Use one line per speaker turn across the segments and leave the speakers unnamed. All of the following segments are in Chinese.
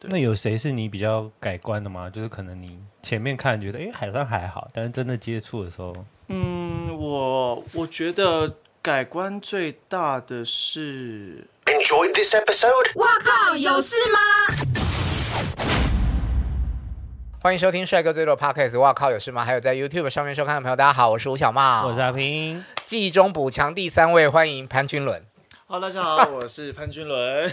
那有谁是你比较改观的吗？就是可能你前面看觉得哎好像还好，但是真的接触的时候，
嗯，我我觉得改观最大的是
Enjoyed this episode?
哇靠，有事吗？
欢迎收听帅哥最多的 Podcast。哇靠，有事吗？还有在 YouTube 上面收看的朋友，大家好，我是吴小
哦
茂，
我是阿平，
记忆中补强第三位，欢迎潘君伦。
好，大家 好，我是潘君伦。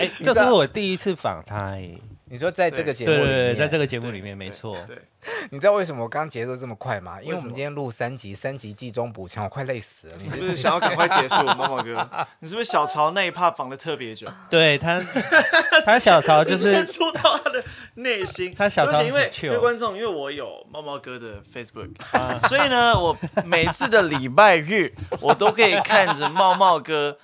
哎，这是我第一次访他哎，
你说在这个节
对
目里
对
面，
对，在这个节目里面没
对
错，
对，
你知道为什么我刚节奏这么快吗？因为我
为什
们
么
今天录三集，三集集中补强，我快累死了。你
是不是想要赶快结束，猫猫哥？你是不是小曹那一趴防的特别久？
对他他小曹就
直接
是
触到他的内心。
他小
而且
超
因为
很 chill
各位观众，因为我有猫猫哥 的 Facebook，、所以呢，我每次的礼拜日，我都可以看着猫猫哥。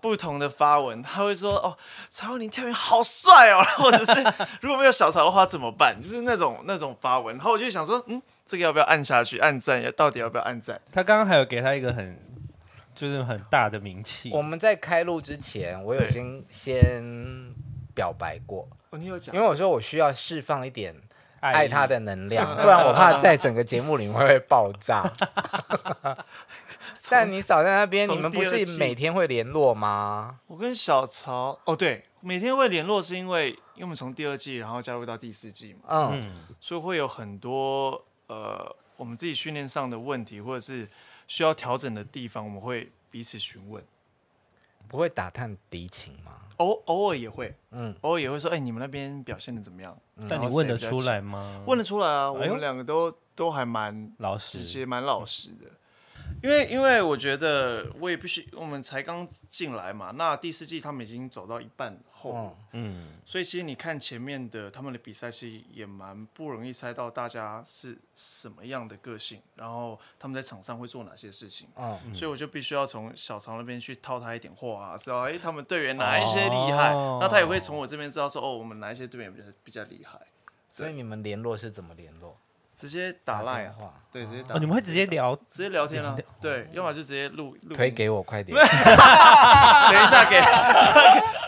不同的发文，他会说：“哦，曹宁跳远好帅哦。” 或者是如果没有小曹的话怎么办？就是那种那种发文，然后我就想说，嗯，这个要不要按下去？按赞要到底要不要按赞？
他刚刚还有给他一个很就是很大的名气，
我们在开录之前，我有
对
先先表白过，
哦，你有讲
因，为我说我需要释放一点爱
爱
他的能量，不然我怕在整个节目里面会爆炸。 但你少在那边，
从
你们不
第二
是
季
每天会联络吗？
我跟小曹哦，对，每天会联络是因为因为我们从第二季然后加入到第四季嘛。
嗯，
嗯，
所以会有很多呃我们自己训练上的问题，或者是需要调整的地方，我们会彼此询问。
不会打探敌情吗？
偶偶尔也会，
嗯，
偶尔也会说，哎、你们那边表现的怎么样？
但你问得出来吗？
问得出来啊，我
哎呦
们两个都都还蛮
老
直
实，
接，蛮老实的。因为因为我觉得我也必须，我们才刚进来嘛，那第四季他们已经走到一半后了，
嗯，
嗯，
所以其实你看前面的他们的比赛，其实也蛮不容易猜到大家是什么样的个性，然后他们在场上会做哪些事情。
哦
所以我就必须要从小曹那边去套他一点话啊，知道哎、他们队员哪一些厉害，
哦
那他也会从我这边知道说哦，我们哪一些队员比较比较厉害，
所以你们联络是怎么联络？
直接打
打
line
电
啊，
话
对，直接打，
哦，你们会直接聊
直接聊天啊，对，要么就直接录录，
推，给我 快点。
等一下给，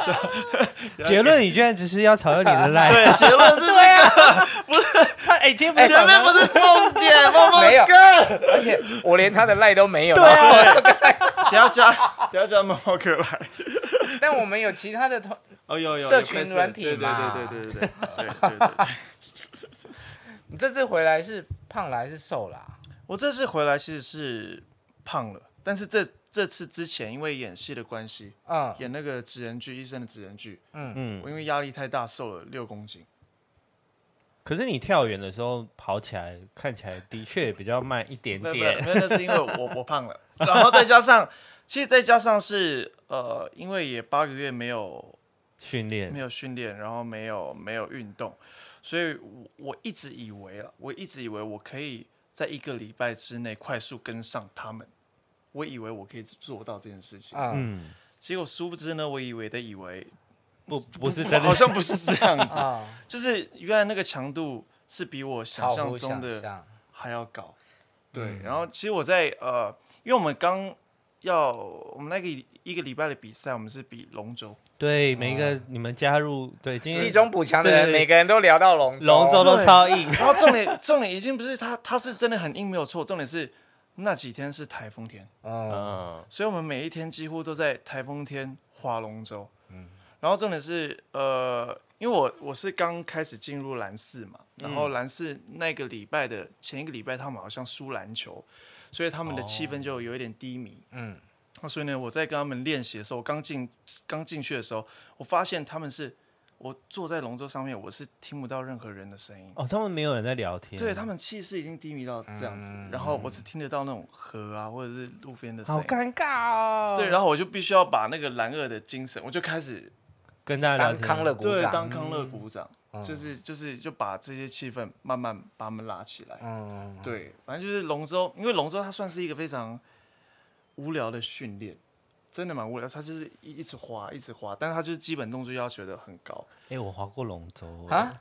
结论，你居然只是要嘲笑你 的赖，
对，结论是这个，
他哎，今天不
前面不是重点，猫猫
没有
哥，
而且我连他的赖都没有。对啊，
等一下加，等一下加猫猫哥来。
但我们有其他的同，
哦，有有有
社群
Facebook，
软体
对
嘛
对对对对对对对对 对。
你这次回来是胖了还是瘦了啊？
我这次回来其实是胖了，但是这这次之前因为演戏的关系，
嗯，
演那个职人剧，医生的职人剧，
嗯
我，因为压力太大瘦了六公斤。
可是你跳远的时候跑起来，看起来的确比较慢一点
没有没有，
点。
没有那是因为我我胖了，然后再加上，其实再加上是呃，因为也八个月没有
训练
没有训练，然后没有没有运动，所以我我一直以为啊，我一直以为我可以在一个礼拜之内快速跟上他们，我以为我可以做到这件事情。
嗯
嗯，
结果殊不知呢，我以为的以 为
不不是真的
好，像不是这样子，
啊，
就是原来那个强度是比我想
超
象
乎
中
想
的
象。嗯
还要高。对，然后其实我在呃，因为我们刚要我们那个一个礼拜的比赛，我们是比龙舟，
对每一个你们加入，对今
集
天
中补强的人，
对对对
每个人都聊到龙
龙舟都超硬，
哦 然后重点重点已经不是他他是真的很硬没有错，重点是那几天是台风天，
嗯，
嗯，
所以我们每一天几乎都在台风天划龙舟。然后重点是，呃，因为我我是刚开始进入蓝四嘛，然
嗯
后蓝四那个礼拜的前一个礼拜，他们好像输篮球，所以他们的气
哦
氛就有一点低迷。
嗯
嗯，那所以呢，我在跟他们练习的时候，我刚进刚进去的时候，我发现他们是我坐在龙舟上面，我是听不到任何人的声音。
哦，他们没有人在聊天，
对他们气势已经低迷到这样子，
嗯
然后我只听得到那种河啊，或者是路边的声
好
音。
尴尬哦。
对，然后我就必须要把那个蓝二的精神，我就开始
跟大家聊
当
天，
康乐鼓
对
掌，嗯
当康乐鼓掌，就是就是就把这些气氛慢慢把他们拉起来。
嗯，
对，反正就是龙舟，因为龙舟它算是一个非常无聊的训练，真的蛮无聊，它就是一一直滑一直滑，但是它就是基本动作要求的很高。
哎，我划过龙舟
啊，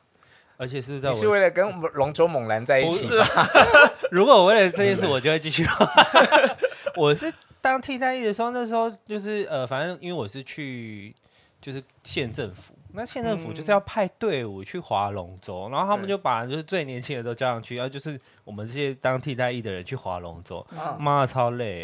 而且是在
你是
我
为了跟龙舟猛男在一起
啊
吧？
啊 如果我为了这件事，我就会继续 划。 我是当替代役的时候，那时候就是呃，反正因为我是去就是县政府，那县政府就是要派队伍去划龙舟，然后他们
嗯
对
就把就是最年轻的都叫上去，然后啊就是我们这些当替代役的人去划龙舟，
嗯
妈的超 累。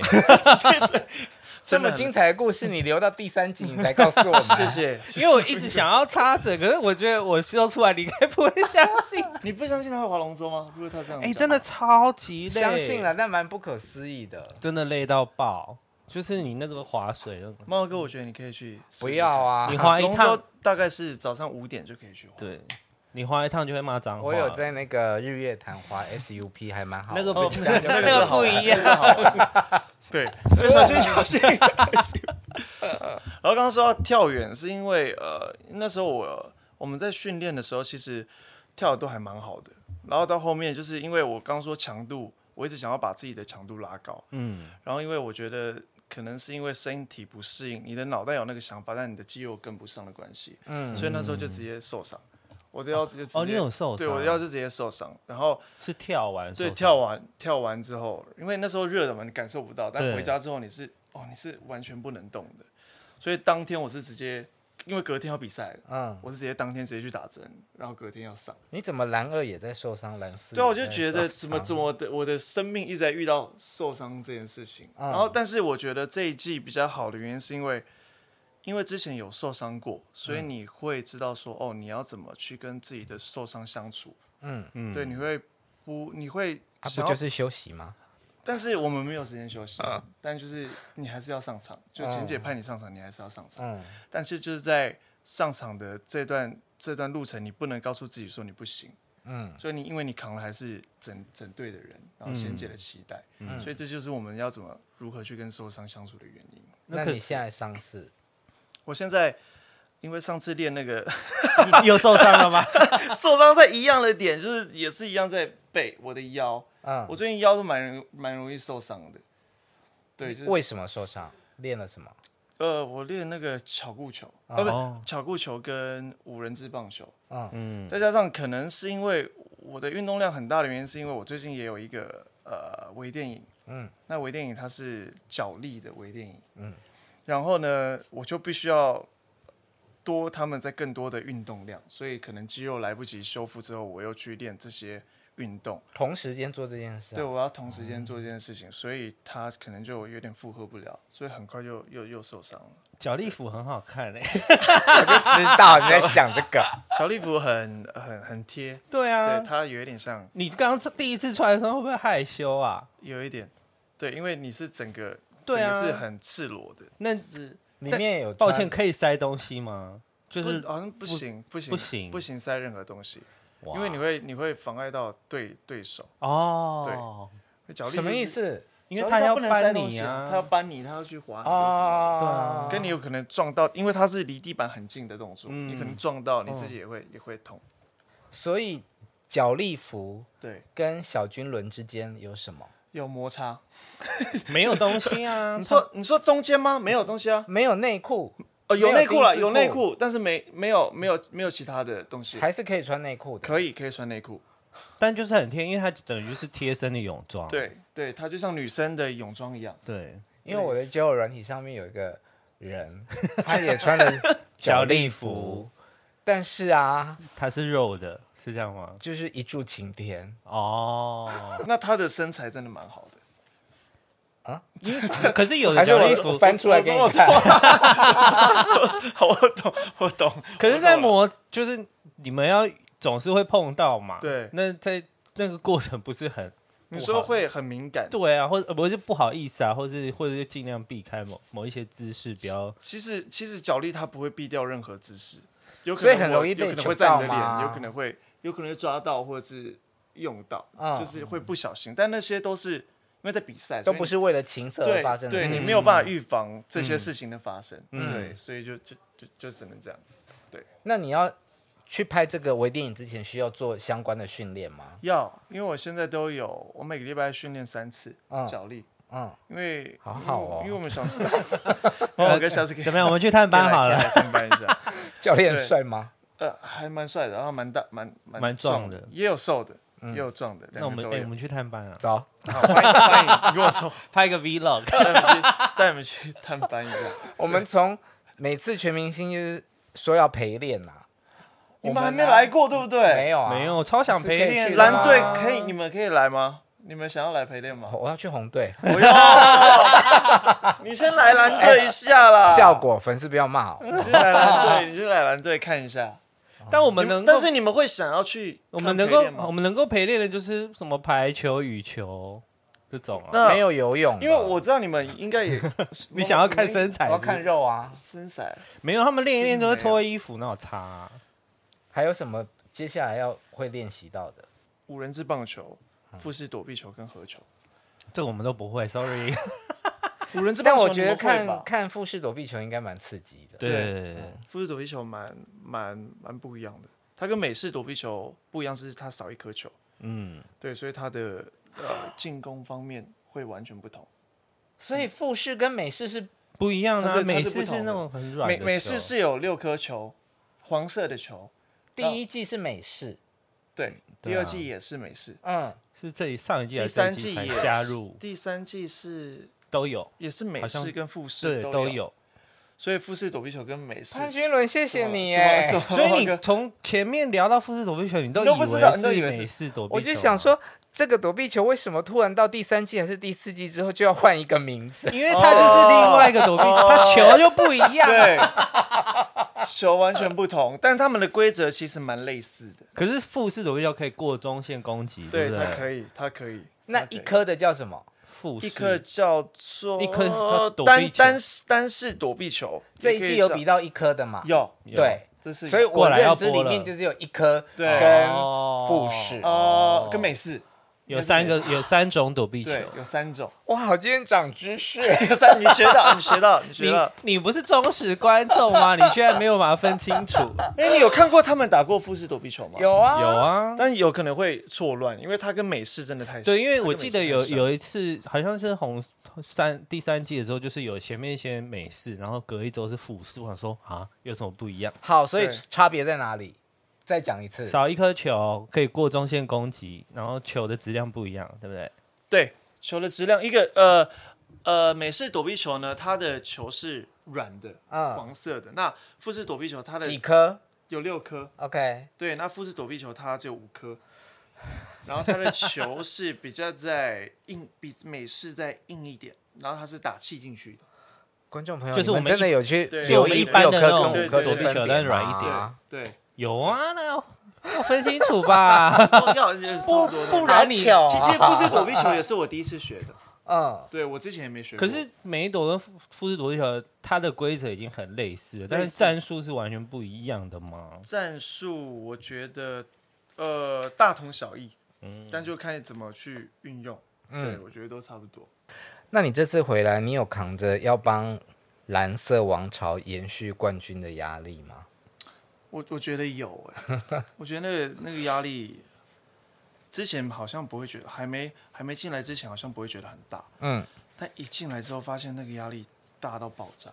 这么精彩的故事，你留到第三集你才告诉我 们。
谢谢。
因为我一直想要插嘴，可是我觉得我说出来你应该不会 相信。
你不相信他会划龙舟吗？如果他这样，
哎、真的，超级累，
相信，了，但蛮不可思议的。
真的累到爆。就是你那个划水那个，
猫哥，我觉得你可以去试试
不要啊
你！划
看。
一
龙
趟
舟，大概是早上五点就可以去划。
对你划一趟就会骂脏话。
我有在那个日月潭花 SUP，还蛮好玩。
那个
哦
不
这样就
那
那个
个
好
不
玩
一样，
对，所以小心小心。然后刚刚说到跳远，是因为呃那时候我我们在训练的时候，其实跳的都还蛮好的。然后到后面就是因为我刚说强度，我一直想要把自己的强度拉高。
嗯，
然后因为我觉得可能是因为身体不适应，你的脑袋有那个想法，但你的肌肉跟不上的关系，
嗯，
所以那时候就直接受伤。我都要直接直接
哦你有受
对，
伤
我腰就直接受伤，然后
是跳完受
对，
伤
跳完跳完之后，因为那时候热的嘛，你感受不到，但
对
回家之后你是哦，你是完全不能动的。所以当天我是直接，因为隔天要比赛了，
嗯，
我是直接当天直接去打针，然后隔天要上。
你怎么蓝二也在受伤，蓝四？
对啊，我就觉得怎么怎
做？
么的，我的生命一直在遇到受伤这件事情。
嗯
然后，但是我觉得这一季比较好的原因是因为，因为之前有受伤过，所
嗯
以你会知道说，哦，你要怎么去跟自己的受伤相处。
嗯，
嗯
对，你会不，你会
啊不
想要
就是休息吗？
但是我们没有时间休息，
啊
但就是你还是要上场。就钱姐派你上场，你还是要上场。
嗯，
但是就是在上场的这段这段路程，你不能告诉自己说你不行。
嗯，
所以你因为你扛的还是整整队的人，然后贤姐的期待，
嗯
所以这就是我们要怎么如何去跟受伤相处的原因。
那
那可
你现在伤势？
我现在因为上次练那个
你又受伤了吗？
受伤在一样的点，就是也是一样在背我的腰，
嗯
我，最近腰都蛮容蛮容易受伤的。对，就是
为什么受伤？练了什么？
呃，我练那个巧固球，呃，
哦
不，巧固球跟五人制棒球，
嗯
嗯，
再加上可能是因为我的运动量很大的原因，是因为我最近也有一个呃微电影，
嗯
嗯，那微电影它是脚力的微电影，嗯，然后呢，我就必须要多他们在更多的运动量，所以可能肌肉来不及修复之后，我又去练这些运动，
同时间做这件事啊、
对我嗯要同时间做这件事情，所以它可能就有点负荷不了，所以很快就又又受伤了。
脚力服很好看欸嘞、
我就啊知道你在想这个。
小礼服很很很贴，
对啊，
对，它有一点像，
你刚刚第一次穿的时候会不会害羞啊？
有一点，对，因为你是整个，
对啊
整个是很赤裸的，
那
是
里面有
抱
穿
歉，可以塞东西吗？就
不
是
好像不行，不行，
不行
不行塞任何东西，
哇
因为你会你会妨碍到对对手，
哦，
脚力
什么意
就是？
思？
因
脚
为
力
他要
不能塞
搬
东
你
西啊
啊，
他要搬你，他要去滑你或什么
哦，
的，跟你有可能撞到，因为它是离地板很近的动作，
嗯
你可能撞到你自己也会也会痛，
所以脚力服
对，
跟小军轮之间有什么？
有摩擦。
没有东西啊。
你说你说中间吗？没有东西啊，
没有内裤，
哦，有
没有
内裤了，
丁字
有内
裤
裤，但是没没有没有没有其他的东西，
还是可以穿内裤的。
可以可以穿内裤。
但就是很贴，因为它等于就是贴身的泳装。
对对，它就像女生的泳装一样。
对，
因为我的交友软体上面有一个人，他也 穿了
小
力
礼
服
服，
但是啊，
它是肉的，是这样吗？
就是一柱擎天，
哦，
那她的身材真的蛮好的。
可是有的
还是
脚力
我
服，
翻出来给你看？
好，我懂， 我懂。
可是，在
我懂了
磨就是你们要总是会碰到嘛。
对
那在那个过程不是很
你
不
说
好
会很敏感，
对啊，或者不是不好意思啊，或者是或者是尽量避开某某一些姿势，不要
其实其实脚力它不会避掉任何姿势，有可
所以
能
很
我
容易被
有可能
球
会在你的
到吗
脸，有可能会有可能会抓到或者是用到，
嗯
就是会不小心。但那些都是因为在比赛，
都
所以
不
你
是为了情色而
对
发生的
对
事
你
情。嗯
没有办法预防这些事情的发生，
嗯
对，所以就就就就只能这样。
那你要去拍这个微电影之前，需要做相关的训练吗？
要，因为我现在都有，我每个礼拜训练三次
嗯
脚力，
嗯，
因为
好好哦
因为我们想 知道，哦我哥下次可以
怎么样？我们去探 班好了。
可以来探班一 下，
教练
对
帅吗？
呃，还蛮帅的，然后蛮大，蛮蛮
蛮
壮
壮
的
的，
也有瘦的，
嗯
也有壮的，
那我
两个
们
都
哎、我
有。
们去探班啊，
走，
好，欢迎欢迎， 你跟 我说，
拍个 vlog。
带你们去带 你们去探班一下。
我们从每次全明星就是说要陪练呐、
你
我
们还
们
没
呢
来过，对不对？
没有啊，
没有，超想
是
陪
可以
练
去
的
的
蓝
啊
吗
队可以，你们可以来吗？你们想要来陪练吗
我，？我要去红队，
不要， 你先来蓝队一下 啦。
效，果粉丝不要骂哦我。
你先来 蓝队，你先来蓝队看一下。
但我
我
们能够
但，是你们会想要去
我们
看
能
陪
够
练，吗
我们能够陪练的就是什么排球、羽球这种啊。
那
没有游泳的，
嗯因为我知道你们应该也，
你想要看
身
身材
我
是不
要
是？
看肉啊，
身材，
没有，他们练一练
真的
就会
没
脱衣服，那有差、啊。
还有什么接下来要会练习到的？
五人制棒球、
嗯
腹式躲避球跟合球。
这个我们都不会，sorry。啊
五人制棒
但
球
我
你
觉
们
得
会吧，嗯
看看腹式躲避球应该蛮刺激的。
对，
腹式躲避球蛮蛮蛮不一样的，它跟美式躲避球不一样，是它少一颗球，
嗯，
对，所以它的呃进攻方面会完全不同。
所以腹式跟美式是
不一样
它
啊。
是
美
它是
式
不同
是
的
那种很软的
美
球，
美式是有六颗球，黄色的球，
第一季是美式，
对，
对
第二
啊
季也是美式，
嗯，
是这里上一季还
第
是这
三
一季
季
才
也
加
是
入
第三季是
都有，
也是美
好像
式跟复式
对
都
都，有。
所以复式躲避球跟美式
潘君伦，谢谢你
哎，
耶。
怎么
所以
怎
你
么
从前面聊到复式躲避球，你都
你都不知道你都
以
以
为
为
是
是
美式躲避球啊，
我就想说，这个躲避球为什么突然到第三季还是第四季之后就要换一个 名字？
因为它就是另外一个躲避，
哦
它球就不一样。
对球完全不同，但他们的规则其实蛮类似的。
可是复式躲避球可以过中线攻击，
对，
不
它
对？
可以，它可以。
那
它可
一
以
颗的叫什么？
复式
一颗叫做
一颗叫躲避
单
球
单单式躲避球，
这
也
一
可以
季有
叫
比到一颗的嘛？
有，
有
对，
这是
所以
过
我
来要
认知
播
里
了
面就是有一颗
对
跟
哦
复式。
呃跟美式
有三个有三种躲哦避球。
对有三种，
哇，今天长知识。
有三你学到你学到你学到，
你你不是忠实观众吗？你居然没有把它分清 楚。
哎，你有看过他们打过复式躲避球吗？，
有啊，
有。啊，
但有可能会错乱，因为它跟美式真的太像
对，因为我
它跟
记
美
得
式
有
太像
有一次，好像是红三第三季的时候，就是有前面先美式，然后隔一周是复式。我想说啊，有什么不一样？
好，所以
对
差别在哪里？再讲一次。
少一颗球可以过中线攻击，然后球的质量不一样，对不对？
对球的质量，一个呃呃美式躲避球呢，它的球是软的，
啊
嗯
黄色的。那复式躲避球它的
几颗
有六颗，
？OK，
对，那复式躲避球它只有五颗， 然后它的球是比较在硬，比美式再硬一点，然后它是打气进去的。
观众朋友，
就是我
你们
们
真的
一
有去
对
留意
就我们一
六
般的那
颗
种
跟五颗
躲
的
避
分
球
别
但软一
吗
点
啊
对对，
有啊，那要要分清楚吧。
都哦要就是差不多的
不然你哦
好巧啊
其实 复式躲避球也是我第一次学的，
嗯，
对我之前也没学过。
可是每一朵跟复复式躲避球，它的规则已经很类似了，但是
类似
战术是完全不一样的嘛。
战术，我觉得呃大同小异，但就看你怎么去运用。对，我觉得都差不多。
那你这次回来，你有扛着要帮蓝色王朝延续冠军的压力吗？
我我觉得有哎、我觉得那个那个压力，之前好像不会觉得，还没还没进来之前好像不会觉得很大，
嗯，
但一进来之后发现那个压力大到爆炸。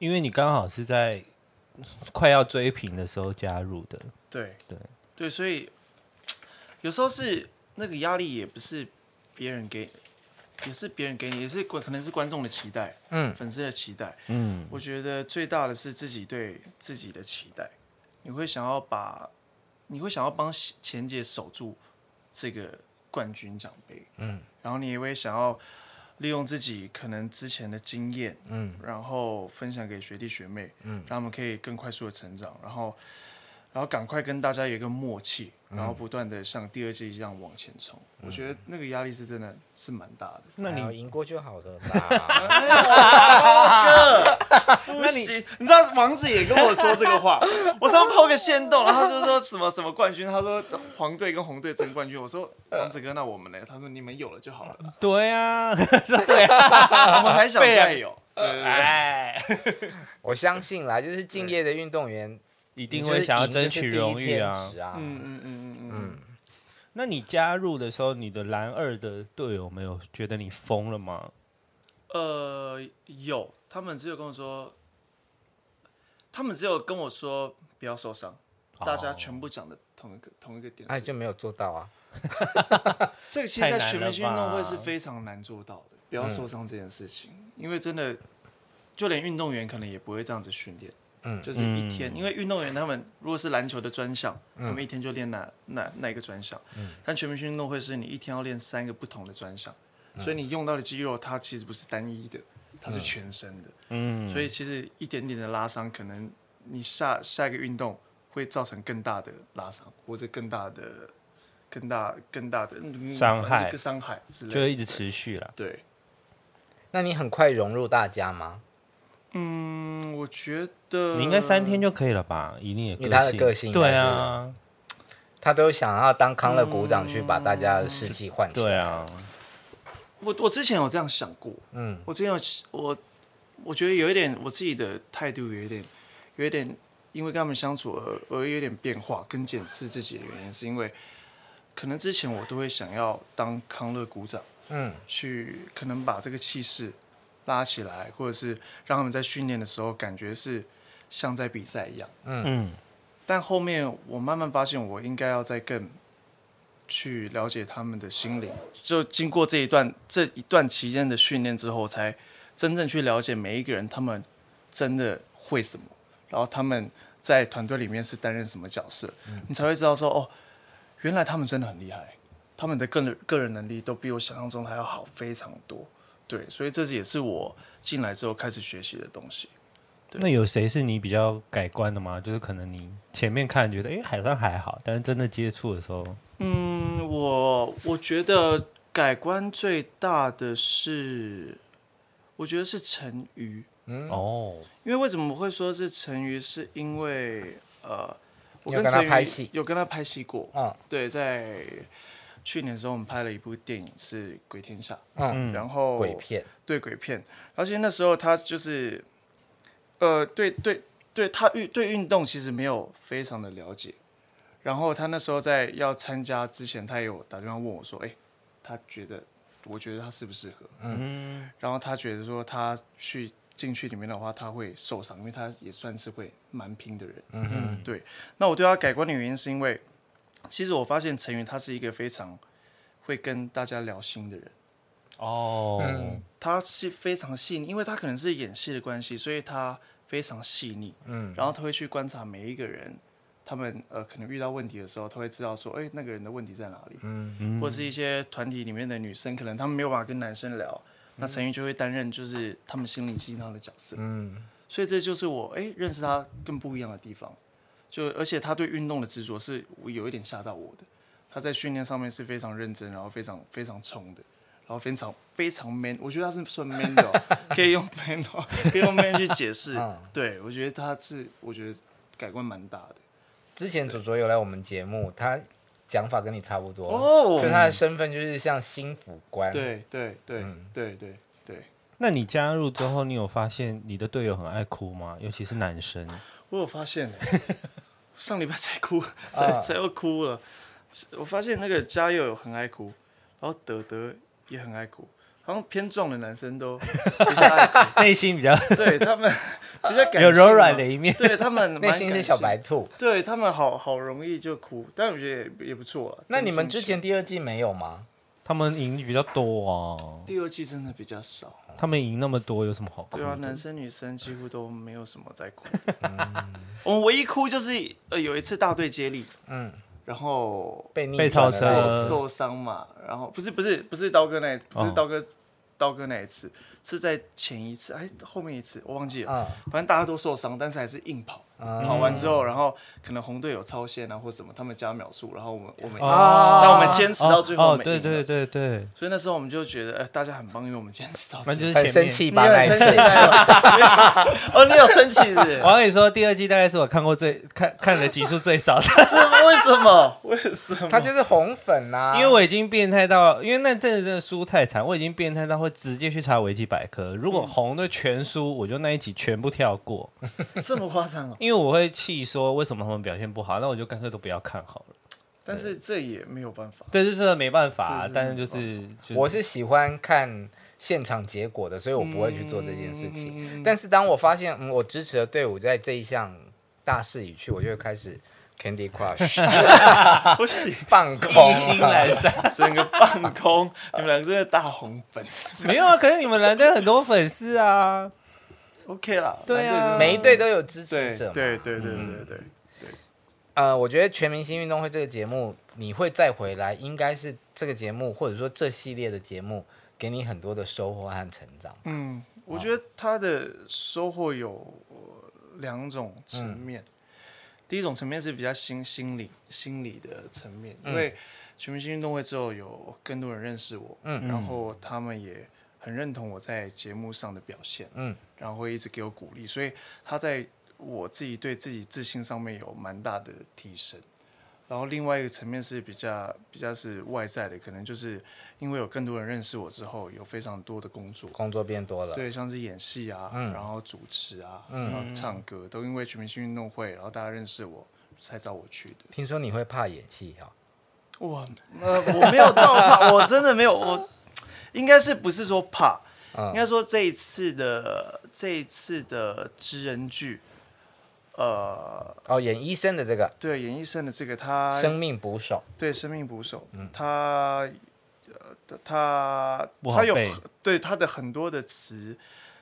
因为你刚好是在快要追平的时候加入的，
对
对
对，所以有时候是那个压力也不是别人给，也是别人给你，也是观可能是观众的期待，
嗯
粉丝的期待。
嗯，
我觉得最大的是自己对自己的期待，你会想要把，你会想要帮钱姐守住这个冠军奖杯，嗯，然后你也会想要利用自己可能之前的经验，嗯，然后分享给学弟学妹，嗯，让他们可以更快速的成长，然后，然后赶快跟大家有一个默契，然后不断的像第二季一样往前冲。我觉得那个压力是真的是蛮大 的。
那
哎呦
你
赢过就好了啦。
不行，你知道王子也跟我说这个 话，我上次抛个线洞，然后他就说什么什么冠军，他说黄队跟红队争冠军，我说王子哥，那我们呢？他说你们有了就好 了，
对啊， 对啊，
我们还想再 有，对对对，
哎，
我相信啦，就是敬业的运动员
一
一
定会想要争取荣誉啊。
嗯嗯嗯嗯嗯，
那你加入的时候，你的蓝二的队友没有觉得你疯了吗？
呃，有，他们只有跟我说，他们只有跟我说不要受伤，
哦
大家全部讲的同一个同一个点，
哎就没有做到啊。
这个其实，
太
在
难
全
了
明星运动
吧
会是非常难做到的，不要受伤这件事情，因为真的，就连运动员可能也不会这样子训练。
嗯
就是一天，因为运动员他们如果是篮球的专项，他们一天就练哪哪哪一个专项，但全明星运动会是你一天要练三个不同的专项，所以你用到的肌肉它其实不是单一的，它是全身的，
嗯，
所以其实一点点的拉伤，可能你下下一个运动会造成更大的拉伤，或者更大的、更大、更大的嗯
伤害
反正就伤害之类
哦就
的。
一直持续了。
对，
那你很快融入大家吗？
嗯，我觉得
你应该三天就可以了吧？以你
以他的个性应该
对
是
啊，
他都想要当康乐鼓掌去把大家的士气唤起
对
来。
啊，
我我之前有这样想过，
嗯，
我之前有我我觉得有一点我自己的态度有一点有一点，因为跟他们相处而而有点变化跟检视自己的原因，是因为可能之前我都会想要当康乐鼓掌，
嗯，
去可能把这个气势拉起来，或者是让他们在训练的时候感觉是像在比赛一样。
嗯，
但后面我慢慢发现，我应该要再更去了解他们的心灵。就经过这一段这一段期间的训练之后，我才真正去了解每一个人，他们真的会什么，然后他们在团队里面是担任什么角色，你才会知道说，哦，原来他们真的很厉害，他们的个人个人能力都比我想象中还要好非常多。对，所以这也是我进来之后开始学习的东西。
那有谁是你比较改观的吗？就是可能你前面看觉得哎好像还好，但是真的接触的时候，
嗯，我我觉得改观最大的是，我觉得是成语，
嗯
哦，
因为为什么会说是成语，是因为呃，我
你有
跟
跟他
陈宇
拍戏
有跟他拍戏过，
嗯
对，在去年的时候我们拍了一部电影是《鬼天下》，
嗯，
然后
鬼片，
对鬼片，而且那时候他就是，呃，对对对，他运对运动其实没有非常的了解。然后他那时候在要参加之前，他也有打电话问我说：“哎、他觉得，我觉得他适不适合？”
嗯，
然后他觉得说他去进去里面的话，他会受伤，因为他也算是会蛮拼的人。嗯嗯，对。那我对他改观的原因是因为，其实我发现陈宇他是一个非常会跟大家聊心的人。
哦，
嗯
他是非常细腻，因为他可能是演戏的关系，所以他非常细腻。嗯，然后他会去观察每一个人，他们呃可能遇到问题的时候，他会知道说，哎、那个人的问题在哪里。嗯，或是一些团体里面的女生，可能他们没有办法跟男生聊，那陈宇就会担任就是他们心灵鸡汤的角色。
嗯，
所以这就是我哎、认识他更不一样的地方。就而且他对运动的执着是我有一点吓到我的，他在训练上面是非常认真，然后非常非常冲的，然后非常非常 man，我觉得他是算 man 的、哦，可以用 man 哦，可以用 man 去解释。
嗯
对，我觉得他是我觉得改观蛮大的
之前左左有来我们节目，他讲法跟你差不多，
哦
就他
嗯
的身份就是像新辅官，，
对对对对对对，
那你加入之后，你有发现你的队友很爱哭吗？尤其是男 生，
我有发 现、欸，上礼拜才哭，
啊
才才要哭了。我发现那个嘉佑很爱哭，然后德德也很爱哭，好像偏壮的男生都比较 爱哭。
内心比较
对他们比较感性
有柔软
嘛
的一面
对他们蛮
内心
感性
是小白，兔。
对他们好好容易就哭，但我觉得也也不错啊。
那你们
真心
之
是
前第二季没有吗？
他们赢比较多哦，
第二季真的比较少，
哦
他们赢那么多有什么好哭
对啊，
的？
男生女生几乎都没有什么在哭的。 我们唯一哭就是呃有一次大队接力，
嗯，
然后
被逆
被超
转的
车
那一
呃
次
受伤嘛，然后不是不是不是刀哥那一不是
哦
刀哥、刀哥那一次，是在前一次哎后面一次我忘记了，
嗯
反正大家都受伤，但是还是硬跑，
嗯
跑完之后，然后可能红队有超限啊或什么，他们加秒数，然后我们我们、
哦
但我们坚持啊到最后
哦
我
哦
们赢了、
对对对对，
所以那时候我们就觉得，呃，大家很棒，因为我们坚持到最
那
后。
就是
很
前
生
面
气
你
吧那一
很生气
次，
那一次哦，你有 生气是不 是？
我跟你说，第二季大概是我看过最看看的集数最少 的，
是为什么？为什么？
他就是红粉啊
啊
呐、
因为我已经变态到，因为那阵子真的输太惨，我已经变态到会直接去查维基百科。如
嗯
果红的全输，我就那一集全部跳过，
这么夸 张哦。
因为我会气说为什么他们表现不好，那我就干脆都不要看好了。
但是这也没有办法。
对，就真的没办法啊，
是是
但是就是就是
我是喜欢看现场结果的，所以我不会去做这件事情。
嗯
但是当我发现、嗯、我支持的队伍在这一项大势已去，我就会开始 Candy Crush
不行，
放空
一心
了。
懒 散。
整个放 空，你们两个真的大红粉。
没有啊，可是你们蓝队很多粉丝啊，
OK 啦，
对啊
每一队都有支
对
持者
对
嘛。
对对对对
嗯
对，
呃，我觉得《全明星运动会》这个节目，你会再回来，应该是这个节目或者说这系列的节目，给你很多的收获和成长。
嗯，我觉得他的收获有呃两种层面，
嗯
第一种层面是比较心心理心理的层面，
嗯
因为全明星运动会之后有更多人认识我，
嗯
然后他们也很认同我在节目上的表现，
嗯，
然后会一直给我鼓励，所以他在我自己对自己自信上面有蛮大的提升。然后另外一个层面是比较比较是外在的，可能就是因为有更多人认识我之后，有非常多的工作，
工作变多了，
对，像是演戏啊，
嗯
然后主持啊，然后唱歌，都因为全明星运动会，然后大家认识我，才找我去的。
听说你会怕演戏哈、
哇， 呃，我没有到怕，我真的没有，我应该是不是说怕，应该说这一次的这一次的知人剧，呃，
哦，演医生的这个
对演艺生的这个他
生命捕手，
对生命捕手，他呃他
不好
他有
背
很对他的很多的词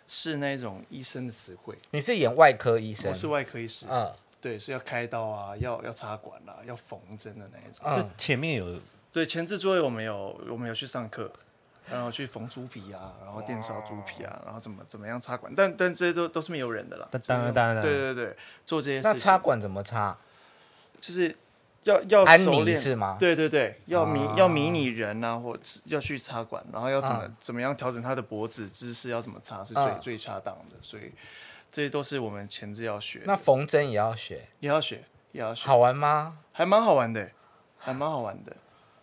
是那种医生的词汇，
你是演外科医生
我，是外科医师，
嗯
对，是要开刀啊，要要插管啊，要缝针的那一种。
就
嗯，
前面有
啊对，前置作业我们有，我们有去上课，然后去缝猪皮啊，然后电烧猪皮啊，然后怎么怎么样插管，但但这些都都是没有人的啦
当。当然当然
对对对，做这些
那
事
插
情
管怎么插？
就是要要
安
熟
妮
练
是吗
对对对，要迷、
啊
要迷你人啊，或是要去插管，然后要怎么、
啊
怎么样调整他的脖子姿势，要怎么插是最、
啊
最恰当的，所以这些都是我们前置要学的，
那缝针也要学，
也要学，也要学。
好玩吗？
还蛮好玩的，还蛮好玩的，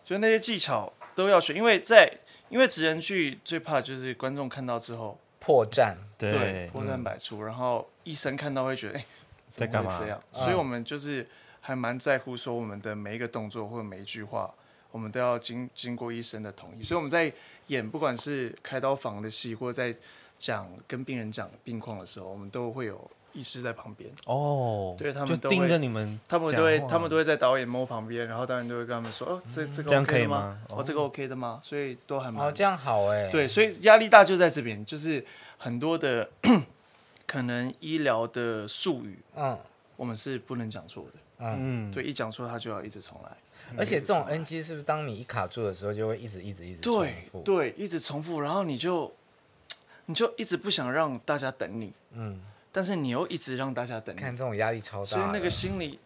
就那些技巧都要学，因为在因为职人剧最怕就是观众看到之后，
破绽，
对嗯
破绽百出，然后医生看到会觉得哎、
在
怎么
干
会
嘛啊
这样，所以我们就是还蛮在乎说我们的每一个动作或者每一句话。我们都要经经过医生的同意，所以我们在演不管是开刀房的戏，或者在讲跟病人讲病况的时候，我们都会有医师在旁边，
哦，
对他们
就
都
盯
会
着你们
他
讲话，嗯
们都会，他们都会在导演摸旁边，然后导演都会跟他们说，哦，这这个
这样
OK
可以
的
吗
哦，这个 OK 的吗？所以都还蛮、
哦，这样好
嗯
哎、
对，，所以压力大就在这边，就是很多的 可能医疗的术语，
嗯，
我们是不能讲错的，
嗯，
对，一讲错他就要一直重来，
而且这
嗯
种 NG 是不是当你一卡住的时候，就会一直一直一直重
对
复？
对，一直重复，然后你就你就一直不想让大家等你，
嗯，
但是你又一直让大家等
看
你，
这种压力超大的，
所以那个心理。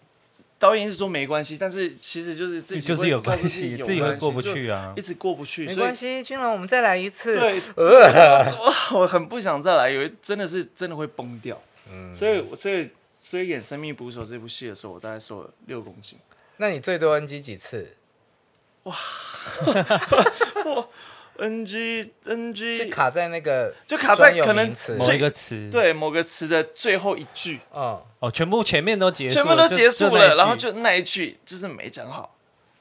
导演是说没关系，但是其实就是自己
就是
会
有
告
关
诉
系，
有
自己会
关
过不
就
去啊
一。直过不去，
没
所以
关系，君龙，我们再来一次。
对，
呃，
我我很不想再来，有一真的是真的会崩掉。
嗯
所以我所以所以演《生命捕手》这部戏的时候，我大概瘦了六公斤。
那你最多 NG 几次？
NG
是
NG
卡在那个
就卡在
专有
可能
名词
某
最
一个词，，
对某个词的最后一句，
嗯，
哦，全部前面都结束了，
全部都
就
结束
那一
了，
句
然后就那一句就是没讲好，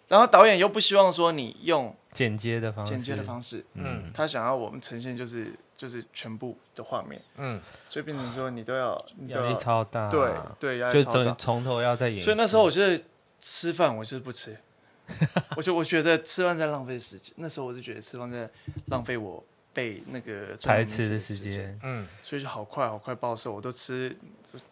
然后导演又不希望说你用
剪接的方式，
剪接的方式，嗯，他想要我们呈现就是就是全部的画面，
嗯
嗯，所以变成说你都要你都
压力
要
超大，
对对压
就
力超大
从。从头要再演一次，
所以那时候我就是吃饭，我就是不吃，我就我觉得吃饭在浪费时间。那时候我就觉得吃饭在浪费我背那个专
台
有名
词
词
的
的
时
间，嗯
间，
所以就好快好快暴瘦，我都吃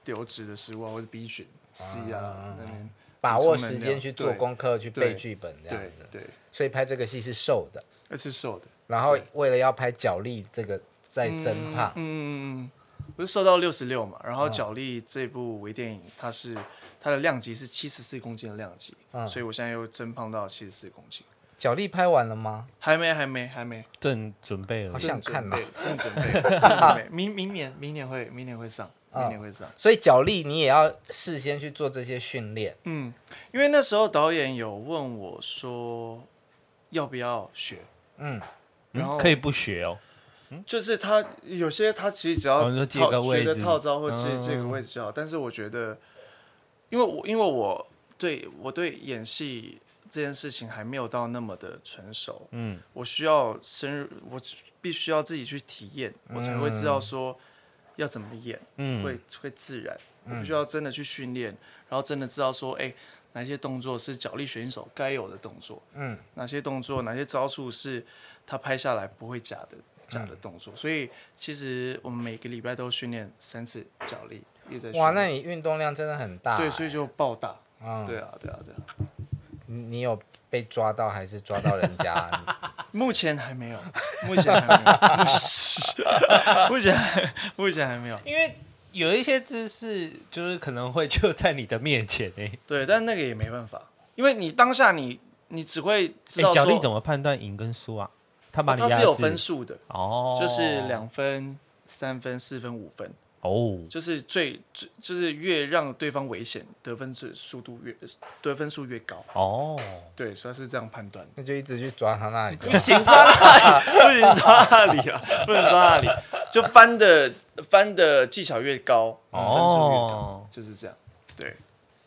流质的食物啊，或者 B 群 C 啊那边。
把握时间去做功课，去
对
背剧本这样
对
子。
对，
所以拍这个戏是瘦的，
而且瘦的，
然后为了要拍脚力这个再增胖，
嗯，我是瘦到六十六嘛，然后角力这部微电影，它是它的量级是七十四公斤的量级，所以我现在又增胖到七十四公斤，
脚力拍完了吗？
还没还没还没，
正准备了
好，像想看哦
嘛
嘛，
正准 备，正准备，明明年明年会明年会上，
嗯
明年会上。
所以脚力你也要事先去做这些训练，
嗯，因为那时候导演有问我说要不要学，
嗯，
然后
嗯可以不学哦，
就是他有些他其实只
哦
要
你说借
套
个
学
位
的
置
套招或借
嗯
这个位置就好，但是我觉得，因为我因为我对我对演戏这件事情还没有到那么的成熟，
嗯，
我需要深入，我必须要自己去体验，我才会
嗯
知道说要怎么演，
嗯
会会自然。我
嗯
必须要真的去训练，然后真的知道说，哎、哪些动作是脚力选手该有的动作，
嗯，
哪些动作，哪些招数是他拍下来不会假的假
嗯
的动作。所以其实我们每个礼拜都训练三次脚力，一直在训
哇，
练
那你运动量真的很大、
对，所以就爆大。
嗯，
对啊，对啊，对啊。
你你有被抓到还是抓到人 家？
目前还没有，目前还没有，目前目 前还目前还没有。
因为有一些姿势就是可能会 就在你的面前欸诶、
对，但那个也没办法，因为你当下你你只会
欸
知
哎
道
脚
说
力怎么判断赢跟输啊？他把你
它
压
是
制
有分数的，
哦，
就是两分、三分、四分、五分，
哦，
就是最最就是越让对方危险，得分是速度越得分数越高。
哦，
对，所以它是这样判断的。
那就一直去抓他那里就好。
不行抓那里，不行抓那里啊，不能抓那里，就翻的翻的技巧越高，分数越高
哦，
就是这样。对，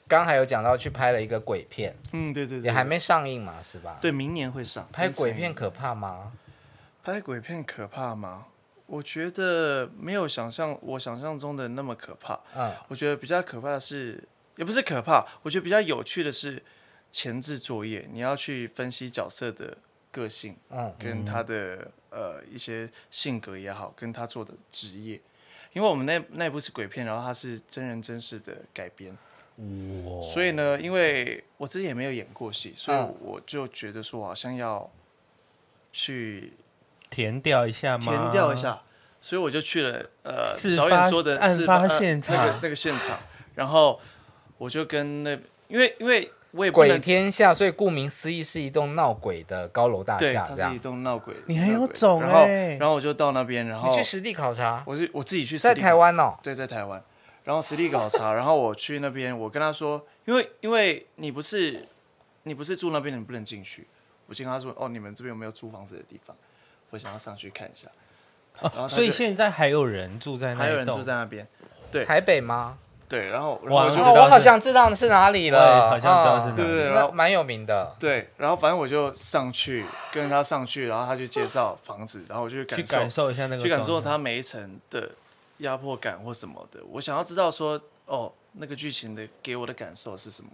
刚还有讲到去拍了一个鬼片，
嗯，对对对，
也还没上映嘛，是吧？
对，明年会上
拍鬼片，可怕吗？
拍鬼片可怕吗？我觉得没有想象我想象中的那么可怕。
嗯，
我觉得比较可怕的是，也不是可怕，我觉得比较有趣的是前置作业，你要去分析角色的个性，
嗯，
跟他的呃一些性格也好，跟他做的职业。因为我们那那部是鬼片，然后它是真人真事的改编，
哇，
所以呢，因为我自己也没有演过戏，所以
嗯
我就觉得说好像要去
填掉一下吗？
填掉一，下，所以我就去了呃
事
导演
发
说的
案
事
发
呃
现
那
场
个那个现场，然后我就跟那因为因为我也不
鬼
能
天下，所以顾名思义是一栋闹鬼的高楼大
对，
厦，
它
这
是
样
一。栋闹鬼，
你很有
闹鬼
种
然后
欸
然后我就到那边，然后
你去实地考察，
哦我是我自己去
在
实地
台湾哦。
对，在台湾。然后实地考察， 然后我去那边，我跟他说，因为因为你不是你不是住那边的，你不能进去。我就跟他说，哦，你们这边有没有租房子的地方？我想要上去看一下。然后他
所以
就
现在还有人住在
还有
那一
人住
栋，
在那边，对
台北吗？
对，然后然
哇
后我
知
就
道
哦，我好
是
像知道是哪里
对
了，嗯
好像知道是哪
对啊
里
对，对然
那
后
蛮有名的。
对，然后反正我就上去跟他上去，然后他去介绍房子，然后我就去
去
感
感受一下那个，
去感受。它每一层的压迫感或什么的。我想要知道说，哦，那个剧情的给我的感受是什么。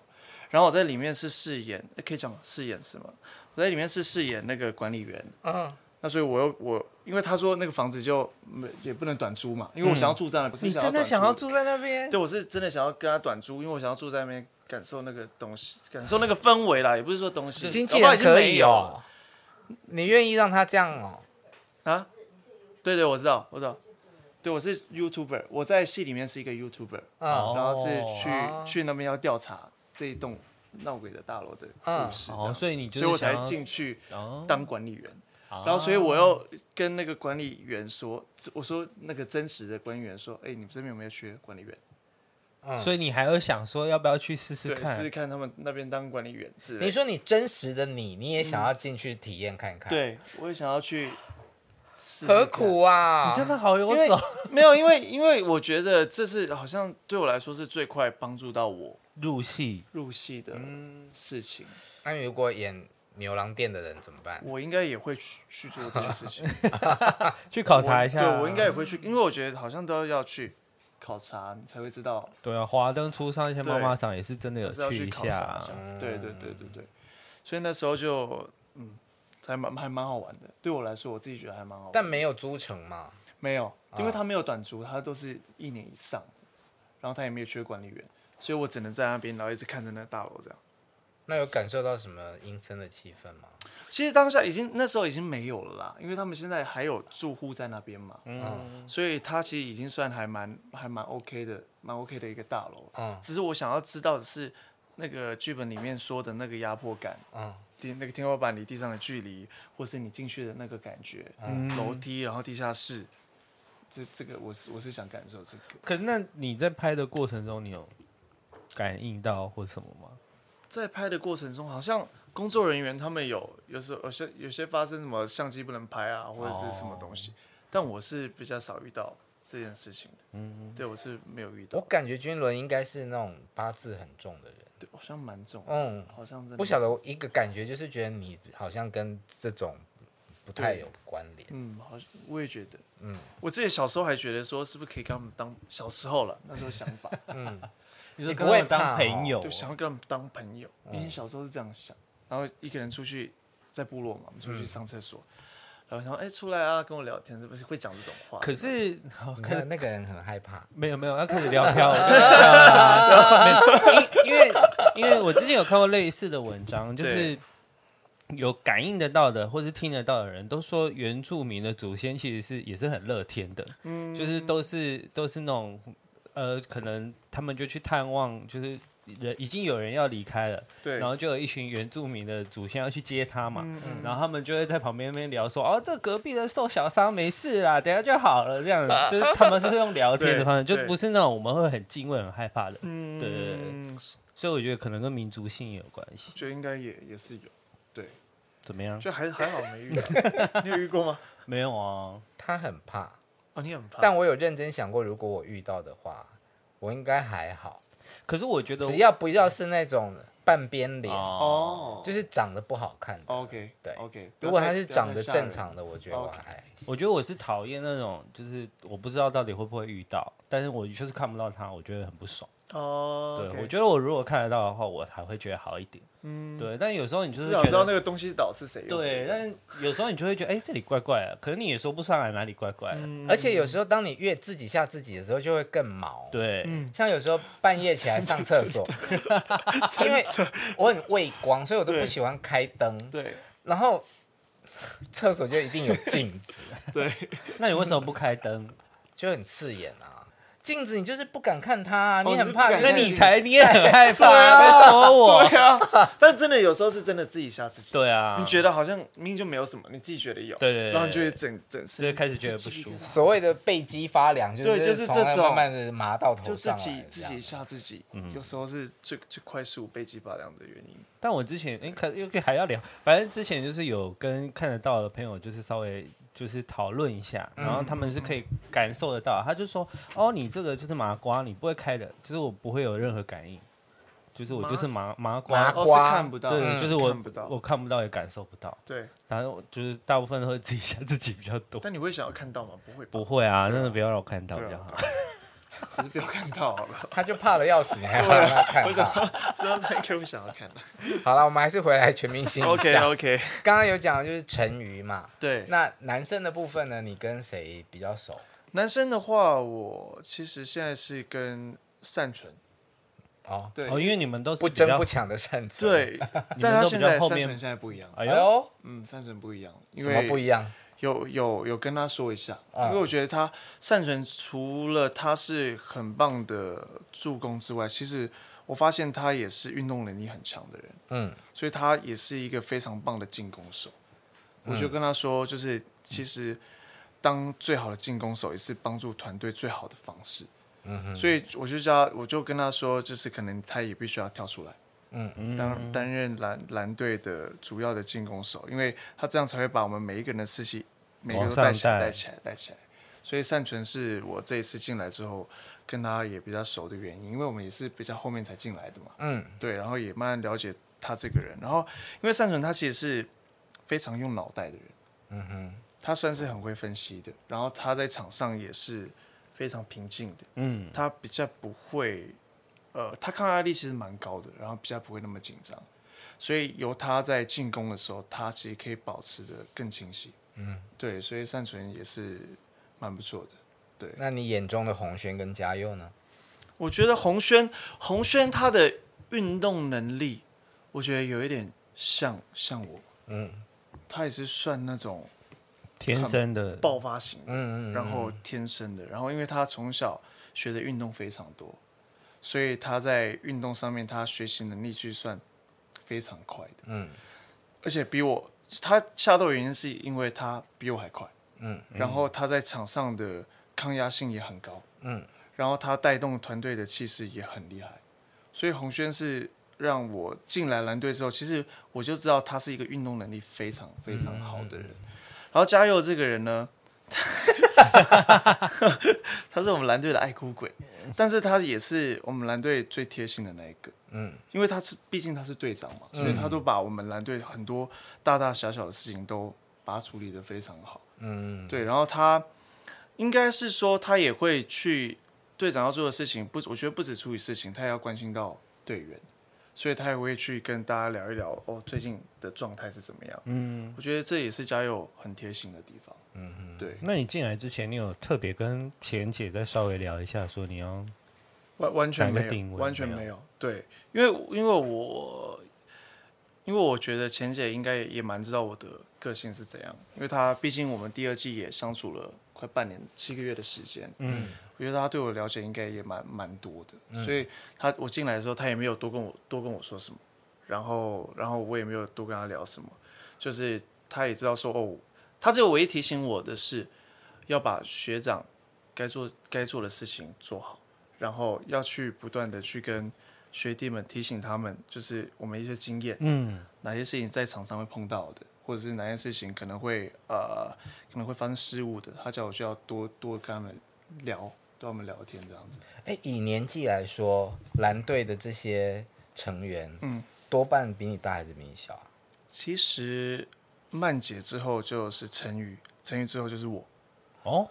然后我在里面是饰演，呃可以讲吗饰演什么？我在里面是饰演那个管理员。
嗯，
那所以我又我，因为他说那个房子就没也不能短租嘛，因为我想要住在那，不是
嗯你真的
短
想要住在那边？
对，我是真的想要跟他短租，因为我想要住在那边感受那个东西，感受那个氛围啦，也不是说东西。
经纪
搞不好
人
已经没
可以
有
哦，你愿意让他这样哦？
啊？对对，我知道，我知道。对，我是 YouTuber，我在戏里面是一个 YouTuber，、
哦
嗯，
然后是去、
啊
哦
去那边要调查这一栋闹鬼的大楼的故事这样子、
哦，所以你就
所以我
是想
才
要
进去
哦
当管理员。
啊
然后，所以我又跟那个管理员说，我说那个真实的管理员说，哎、你们这边有没有缺管理员？
嗯
啊所以你还有想说要不要去试试
对，试试
看？
看他们那边当管理员之类的。
你说你真实的你，你也想要进去体验看看，，
对，我也想要去试试看。
何苦啊？
你真的好有
因为
种，
没有，因为因为我觉得这是好像对我来说是最快帮助到我
入戏
入戏的
嗯
事情，
那你如果演牛郎店的人怎么办？
我应该也会去去做这件事 情。
去考
考
察一下。
对我应该也会去，因为我觉得好像都要去考察，你才会知道
对啊，华灯初上一些
对
妈妈桑也是真的有
是要
去一
考察
下
一下。对对对对对，所以那时候就嗯，才蛮还蛮好玩的。对我来说，我自己觉得还蛮好玩的。
但没有租成嘛，
没有，因为他没有短租，他都是一年以上的，然后他也没有缺管理员，所以我只能在那边，然后一直看着那大楼这样。
那有感受到什么阴森的气氛吗？
其实当下已经那时候已经没有了啦，因为他们现在还有住户在那边嘛，
嗯
所以它其实已经算还蛮还蛮 OK 的，蛮 OK 的一个大楼。
嗯
只是我想要知道的是，那个剧本里面说的那个压迫感，
嗯，
地那个天花板离地上的距离，或是你进去的那个感觉，
嗯
楼梯，然后地下室，这这个我是我是想感受这个。
可是那你在拍的过程中，你有感应到或什么吗？
在拍的过程中，好像工作人员他们有有时候有些有些发生什么相机不能拍啊，或者是什么东西，但我是比较少遇到这件事情的。嗯，对我是没有遇
我
到，
感觉君伦应该是那种八字很重的人，
对，好像蛮重，
嗯，
好像真的
不晓得，我一个感觉就是觉得你好像跟这种不太
对
有关联，
嗯，好像我也觉得，嗯，我自己小时候还觉得说是不是可以跟他们当小时候了，那时候想法，
你说
说
跟
跟他
他
们
们
当
当
朋
朋
友
友，
就想要跟他们当朋友。以前小时候是这样想，然后一个人出去在部落嘛，我们出去上厕所，然然后想哎出来啊，跟我聊天，是不是会讲这种话？
可是好
你
开始
看那个人很害怕，
没有没有，要开始聊飘了没有。因因为因为我之前有看过类似的文章，就是
对
有感应得到的或是听得到的人都说，原住民的祖先其实是也是很乐天的，
嗯
就是都是都是那种呃，可能他们就去探望，就是人已经有人要离开了，
对，
然后就有一群原住民的祖先要去接他嘛。
嗯嗯
然后他们就会在旁边那边聊说，哦，这隔壁的受小伤没事啦，等一下就好了，这样 子，就是他们是用聊天的方式，就
对对
不是那种我们会很敬畏、很害怕的，
嗯
对对对，所以我觉得可能跟民族性也有关系。
觉得应该也也是有，对，
怎么样？
就还还好没遇到， 你有遇过吗？
没有啊，
他很怕。
哦，你很怕，
但我有认真想过，如果我遇到的话，我应该还好，
可是我觉得
只要不要是那种半边脸，
哦，
哦，
就是长得不好看的。
OK，
对
，OK，
如果他是长得正，常的，我觉得我
OK
还
我觉得我是讨厌那种，就是我不知道到底会不会遇到，但是我就是看不到他，我觉得很不爽。
哦，
对，我
得
觉得我如果看得到的话，我还会觉得好一点。
嗯，
对，但有时候你就是
至
觉
少
得
知道那个东西岛是谁用的，
对，
这样
但有时候你就会觉得，哎、这里怪怪的，可是你也说不上来哪里怪怪
嗯
的。
而且有时候当你越自己吓自己的时候，就会更毛。，
对，
嗯
像有时候半夜起来上厕所，因为我很畏光，所以我都不
对
喜欢开灯，
对
然后厕所就一定有镜子，
对，
那你为什么不开灯？
就很刺眼啊。镜子你就是不敢看它、啊，
哦
你
你
很
是
怕
不
人
敢
家。
那
看
你
镜
才你也很害怕，
对啊
在说我。
对啊，但真的有时候是真的自己吓自己，
对啊，
你觉得好像明明就没有什么，你自己觉得有，
对对对
然后你就会整整
就
身
会开始觉得不舒服。
所谓的背脊发凉，就是
对就是
从那
这种
慢慢的麻到头
就自
上来
己
这
自
样
己吓自己，
嗯
有时候是最最快速背脊发凉的原因。
但我之前哎，可又可以还要聊，反正之前就是有跟看得到的朋友，就是稍微就是讨论一下，
嗯
然后他们是可以感受得到。他就说，哦，你这个就是麻瓜，你不会开的，就是我不会有任何感应，就是我就是麻麻瓜
麻，
哦，是
瓜
看不到，
对，就是我
看不到
我。看不到也感受不到。
对，
然后就是大部分都会自己吓自己比较多。
但你会想要看到吗？不会吧，
不会啊，真的不要让我看到比
对啊
较好。
还是不要看到好 了。
他就怕的要死，你还要让他看
我想
到。
知道他应该不想要看的。
好了，我们还是回来全 明星
OK OK，
刚刚有讲的就是成语嘛，
对。
那男生的部分呢，你跟谁比较熟？
男生的话，我其实现在是跟善存，
哦，
对
哦，因为你们都是
不
比较
争不抢的善存。，
对，
你
但
们
他
都比
现在
较
善
后
存
面
现。在不一样了。
哎
哎
呦，
呦，
嗯，善存不一样，因
怎么
为
不一样？
有有有跟他说一下，
啊
因为我觉得他善存除了他是很棒的助攻之外，其实我发现他也是运动能力很强的人，
嗯，
所以他也是一个非常棒的进攻手。我就跟他说，就是其实当最好的进攻手也是帮助团队最好的方式。
嗯
所以我就叫他，我就跟他说，就是可能他也必须要跳出来，
嗯
嗯，担担任蓝蓝队的主要的进攻手，因为他这样才会把我们每一个人的士气，每个都带起
往上
来，
带
带起来，带起来。所以善存是我这一次进来之后跟他也比较熟的原因，因为我们也是比较后面才进来的嘛，
嗯，
对，然后也慢慢了解他这个人。然后因为善存他其实是非常用脑袋的人，
嗯哼，
他算是很会分析的，然后他在场上也是非常平静的。
嗯，
他比较不会，呃，他抗压力其实蛮高的，然后比较不会那么紧张，所以由他在进攻的时候，他其实可以保持的更清晰。嗯，对，所以善存也是蛮不错的。
那你眼中的红轩跟嘉佑呢？
我觉得洪轩，洪轩他的运动能力，我觉得有一点像像我，
嗯
他也是算那种
天生的
爆发型的。
嗯嗯
然后天生的，然后因为他从小学的运动非常多，所以他在运动上面他学习能力去算非常快的，
嗯
而且比我他下豆原因是因为他比我还快，
嗯
然后他在场上的抗压性也很高，
嗯，
然后他带动团队的气势也很厉害，所以洪轩是让我进来蓝队之后，其实我就知道他是一个运动能力非常非常好
嗯
的人。然后嘉佑这个人呢， 他是我们蓝队的爱哭鬼，但是他也是我们蓝队最贴心的那一个。
嗯，
因为他是毕竟他是队长嘛，所以他都把我们蓝队很多大大小小的事情都把它处理的非常好。
嗯
对，然后他应该是说他也会去队长要做的事情，不，我觉得不止处理事情，他也要关心到队员，所以他也会去跟大家聊一聊哦，最近的状态是怎么样。
嗯，
我觉得这也是嘉佑很贴心的地方。
嗯嗯，
对，
那你进来之前，你有特别跟钱姐再稍微聊一下，说你要
完完全
哪个
没
定
有，
位
完全
没有
没有。对，因为因为我因为我觉得钱姐应该也蛮知道我的个性是怎样，因为她毕竟我们第二季也相处了快半年七个月的时间，
嗯
我觉得她对我了解应该也蛮蛮多的，所以她我进来的时候，她也没有多跟我多跟我说什么，然后然后我也没有多跟她聊什么，就是她也知道说哦，她只有唯一提醒我的是要把学长该做该做的事情做好。然后要去不断的去跟学弟们提醒他们，就是我们一些经验，
嗯
哪些事情在场上会碰到的，或者是哪些事情可能会呃可能会发生失误的，他叫我就要多多跟他们聊，跟他们聊天这样子。
哎，以年纪来说，蓝队的这些成员，
嗯，
多半比你大还是比你小啊？
其实曼姐之后就是陈宇，陈宇之后就是我，
哦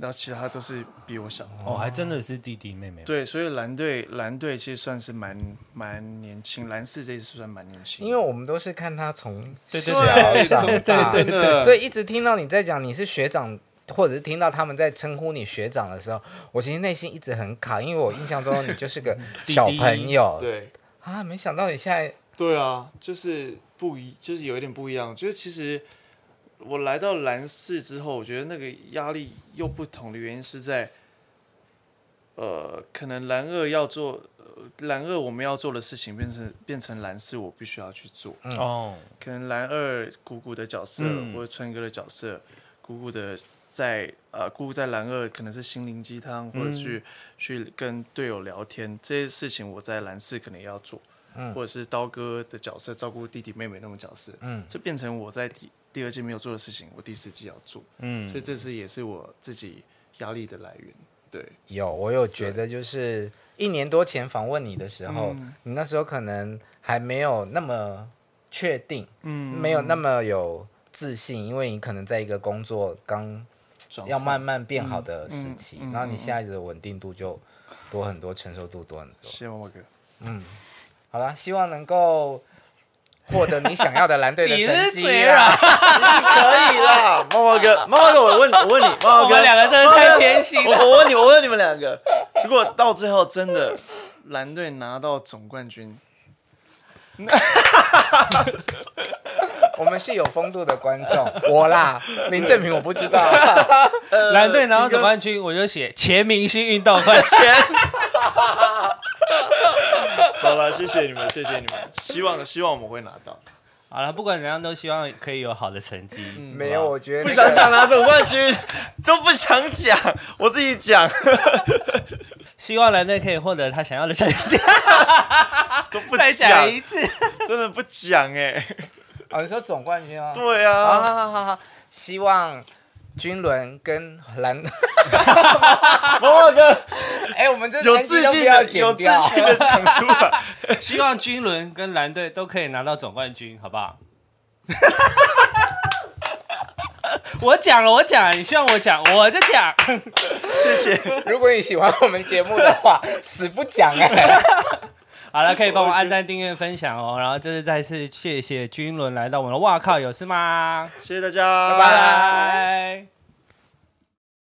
然后其他都是比我小。
哦，还真的是弟弟妹妹。
对，所以蓝队蓝队其实算是蛮蛮年轻，蓝四这一次算蛮年轻的，
因为我们都是看他从
对
小
对对
长
对
大，
对对对
所以一直听到你在讲你是学长，或者是听到他们在称呼你学长的时候，我其实内心一直很卡，因为我印象中你就是个
弟
小朋友
对。
啊，没想到你现在
对啊，就是不一，就是有一点不一样。就是其实我来到蓝市之后，我觉得那个压力又不同的原因是在，呃，可能蓝二要做，呃、蓝二我们要做的事情变成变成蓝市，我必须要去做。
哦，
可能蓝二姑姑的角色，
嗯
或者春哥的角色，姑姑的在呃，姑姑在蓝二可能是心灵鸡汤，或者去、去跟队友聊天这些事情，我在蓝四可能也要做，或者是刀哥的角色照顾弟弟妹妹那种角色，
嗯
这变成我在第第二季没有做的事情，我第四季要做，
嗯
所以这是也是我自己压力的来源，对，
有，我有觉得就是一年多前访问你的时候，
嗯
你那时候可能还没有那么确定，
嗯
没有那么有自信，因为你可能在一个工作刚
转
要
换
慢慢变好的时
嗯
期，
嗯
然后
嗯
你现在的稳定度就多很多，成熟度多很多。
谢谢猫猫哥，
好啦，希望能够获得你想要的蓝 队的
你是
成绩啊
嘴
啦。
可以啦，啊猫猫哥，猫猫哥，我问我问你，
我
猫猫哥
们。哦两个真的太偏心
我
了。
我问你，我问你们两个，如果到最后真的蓝队拿到总冠军，
我们是有风度的观众，我啦，林正平我不知 道，
蓝队拿到总冠军，我就写前明星运动 会。
好了，谢谢你们，谢谢你们，希望希望我们会拿到，
好了，不管怎样，都希望可以有好的成绩。
没有，我觉得
不
那
想
个
讲拿总冠军，都不想讲，我自己讲，
希望蓝队可以获得他想要的成 绩。
都不
再
讲
讲，一次，
真的不讲 哎、
哦，你说总冠军哦，
对
好
啊，
好好好，希望军伦跟蓝，
毛毛啊哥
哎、我们这
有
三集
自
都
信
不要
的，
剪
有自
掉。
信的讲出来，
希望军伦跟蓝队都可以拿到总冠军，好不 好？我讲了，我讲了，你希望我讲，我就讲。
谢 谢，
如果你喜欢我们节目的话，死不讲哎、
好了，可以帮我按赞、订阅、分享哦。然后这是再次谢谢军伦来到我们的，哇靠，有事吗？
谢谢大家，
拜拜。